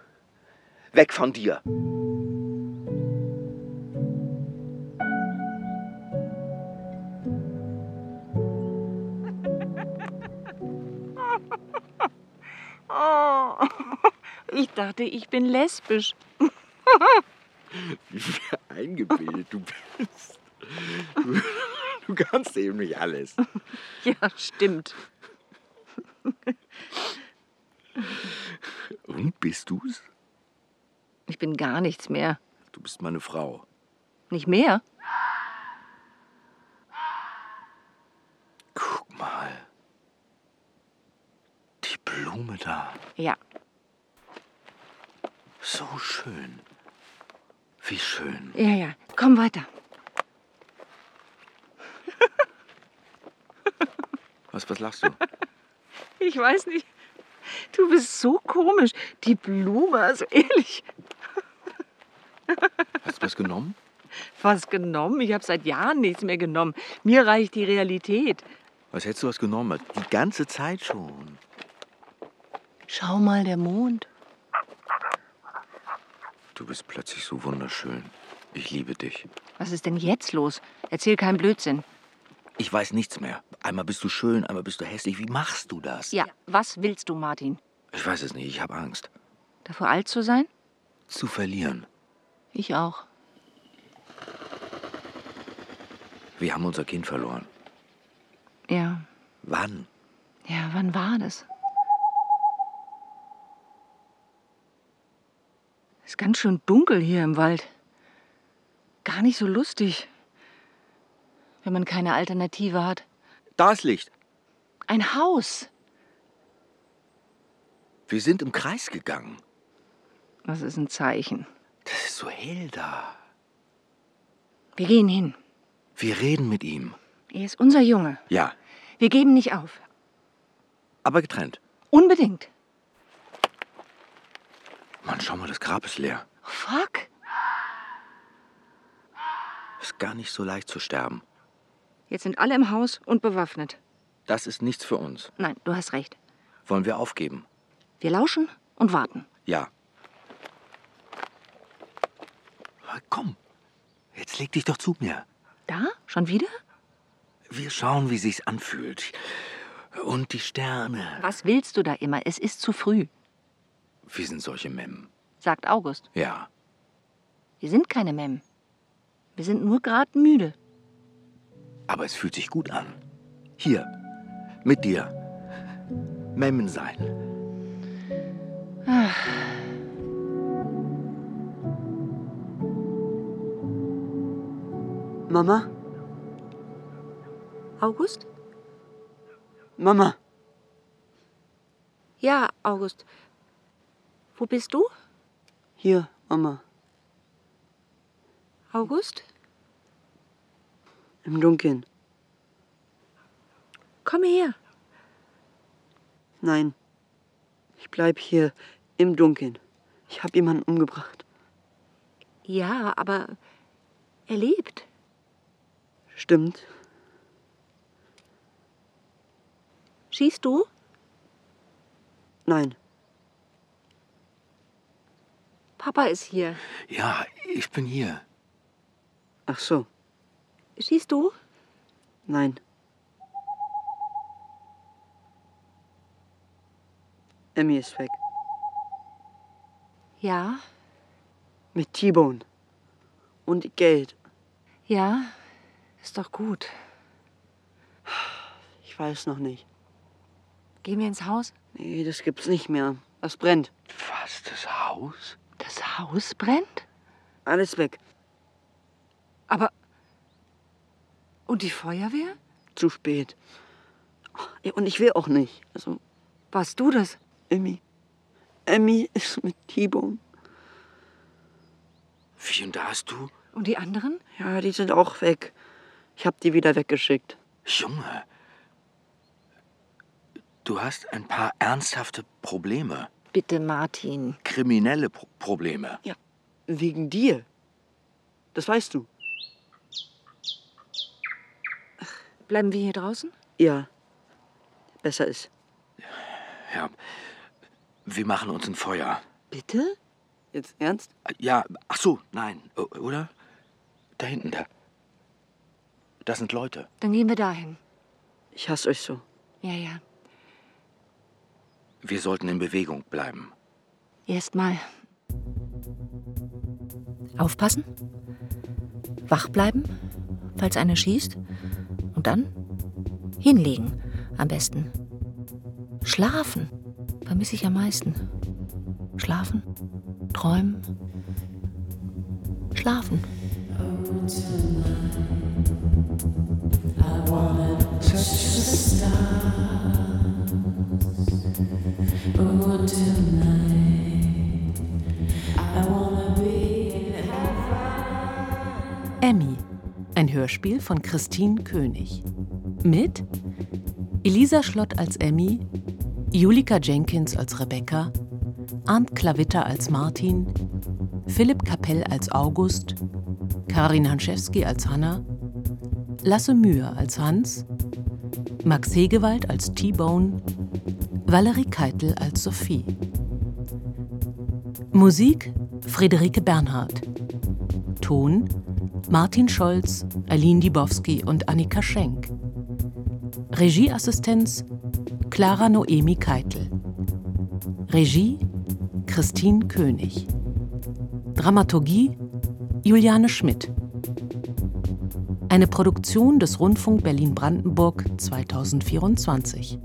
Weg von dir. Oh, ich dachte, ich bin lesbisch. Wie eingebildet du bist. Du, du kannst eben nicht alles. Ja, stimmt. Und bist du's? Ich bin gar nichts mehr. Du bist meine Frau. Nicht mehr? Guck mal. Die Blume da. Ja. So schön. Wie schön. Ja, ja. Komm weiter. Was, was lachst du? Ich weiß nicht. Du bist so komisch. Die Blume, also ehrlich. Hast du was genommen? Was genommen? Ich habe seit Jahren nichts mehr genommen. Mir reicht die Realität. Was hättest du was genommen? Halt Die ganze Zeit schon. Schau mal, der Mond. Du bist plötzlich so wunderschön. Ich liebe dich. Was ist denn jetzt los? Erzähl keinen Blödsinn. Ich weiß nichts mehr. Einmal bist du schön, einmal bist du hässlich. Wie machst du das? Ja, was willst du, Martin? Ich weiß es nicht. Ich habe Angst. Davor alt zu sein? Zu verlieren. Ich auch. Wir haben unser Kind verloren. Ja. Wann? Ja, wann war das? Ist ganz schön dunkel hier im Wald. Gar nicht so lustig, wenn man keine Alternative hat. Da ist Licht. Ein Haus. Wir sind im Kreis gegangen. Das ist ein Zeichen. Das ist so hell da. Wir gehen hin. Wir reden mit ihm. Er ist unser Junge. Ja, Wir geben nicht auf. aber getrennt. Unbedingt. Mann, schau mal, das Grab ist leer. Oh, fuck. Ist gar nicht so leicht zu sterben. Jetzt sind alle im Haus und bewaffnet. Das ist nichts für uns. Nein, du hast recht. Wollen wir aufgeben? Wir lauschen und warten. Ja. Ah, Komm, jetzt leg dich doch zu mir. Da? Schon wieder? Wir schauen, wie sich's anfühlt. Und die Sterne. Was willst du da immer? Es ist zu früh, Wir sind solche Memmen. sagt August. Ja. Wir sind keine Mem. Wir sind nur gerade müde. Aber es fühlt sich gut an. Hier, mit dir. Memmen sein. Ach, Mama? August? Mama, Ja, August. Wo bist du? hier, Mama, August? im Dunkeln. Komm her. Nein, ich bleib hier im Dunkeln. Ich hab jemanden umgebracht. Ja, aber er lebt. Stimmt. Schießt du? Nein. Papa ist hier. Ja, ich bin hier. Ach so, Schießt du? nein. Emmy ist weg. ja, Mit T-Bone. Und Geld. ja, ist doch gut. Ich weiß noch nicht. Gehen wir ins Haus? Nee, das gibt's nicht mehr. Das brennt. Was, das Haus? Das Haus brennt? Alles weg. Aber. Und die Feuerwehr? Zu spät. Und ich will auch nicht. Also, Warst du das? Emmy. Emmy ist mit T-Bone. Wie, und da hast du? Und die anderen? Ja, die sind auch weg. Ich hab die wieder weggeschickt. Junge, du hast ein paar ernsthafte Probleme. Bitte, Martin. Kriminelle Pro Probleme. Ja, wegen dir. Das weißt du. Bleiben wir hier draußen? Ja, besser ist. Ja, wir machen uns ein Feuer. Bitte? Jetzt ernst? Ja, ach so, nein, o- oder? Da hinten, da. Da sind Leute. Dann gehen wir dahin. Ich hasse euch so. Ja, ja. Wir sollten in Bewegung bleiben. Erstmal. Aufpassen, wach bleiben, falls einer schießt, und dann hinlegen, am besten. Schlafen, vermisse ich am meisten. Schlafen, träumen, schlafen. Emmy, ein Hörspiel von Christine König. Mit Elisa Schlott als Emmy, Julika Jenkins als Rebecca, Arndt Klavitter als Martin, Philipp Kapell als August, Karin Hanschewski als Hanna, Lasse Mühe als Hans, Max Hegewald als T-Bone, Valerie Keitel als Sophie. Musik Friederike Bernhard. Ton Martin Scholz, Aline Dibowski und Annika Schenk. Regieassistenz Clara Noemi Keitel. Regie Christine König. Dramaturgie Juliane Schmidt. Eine Produktion des Rundfunk Berlin-Brandenburg 2024.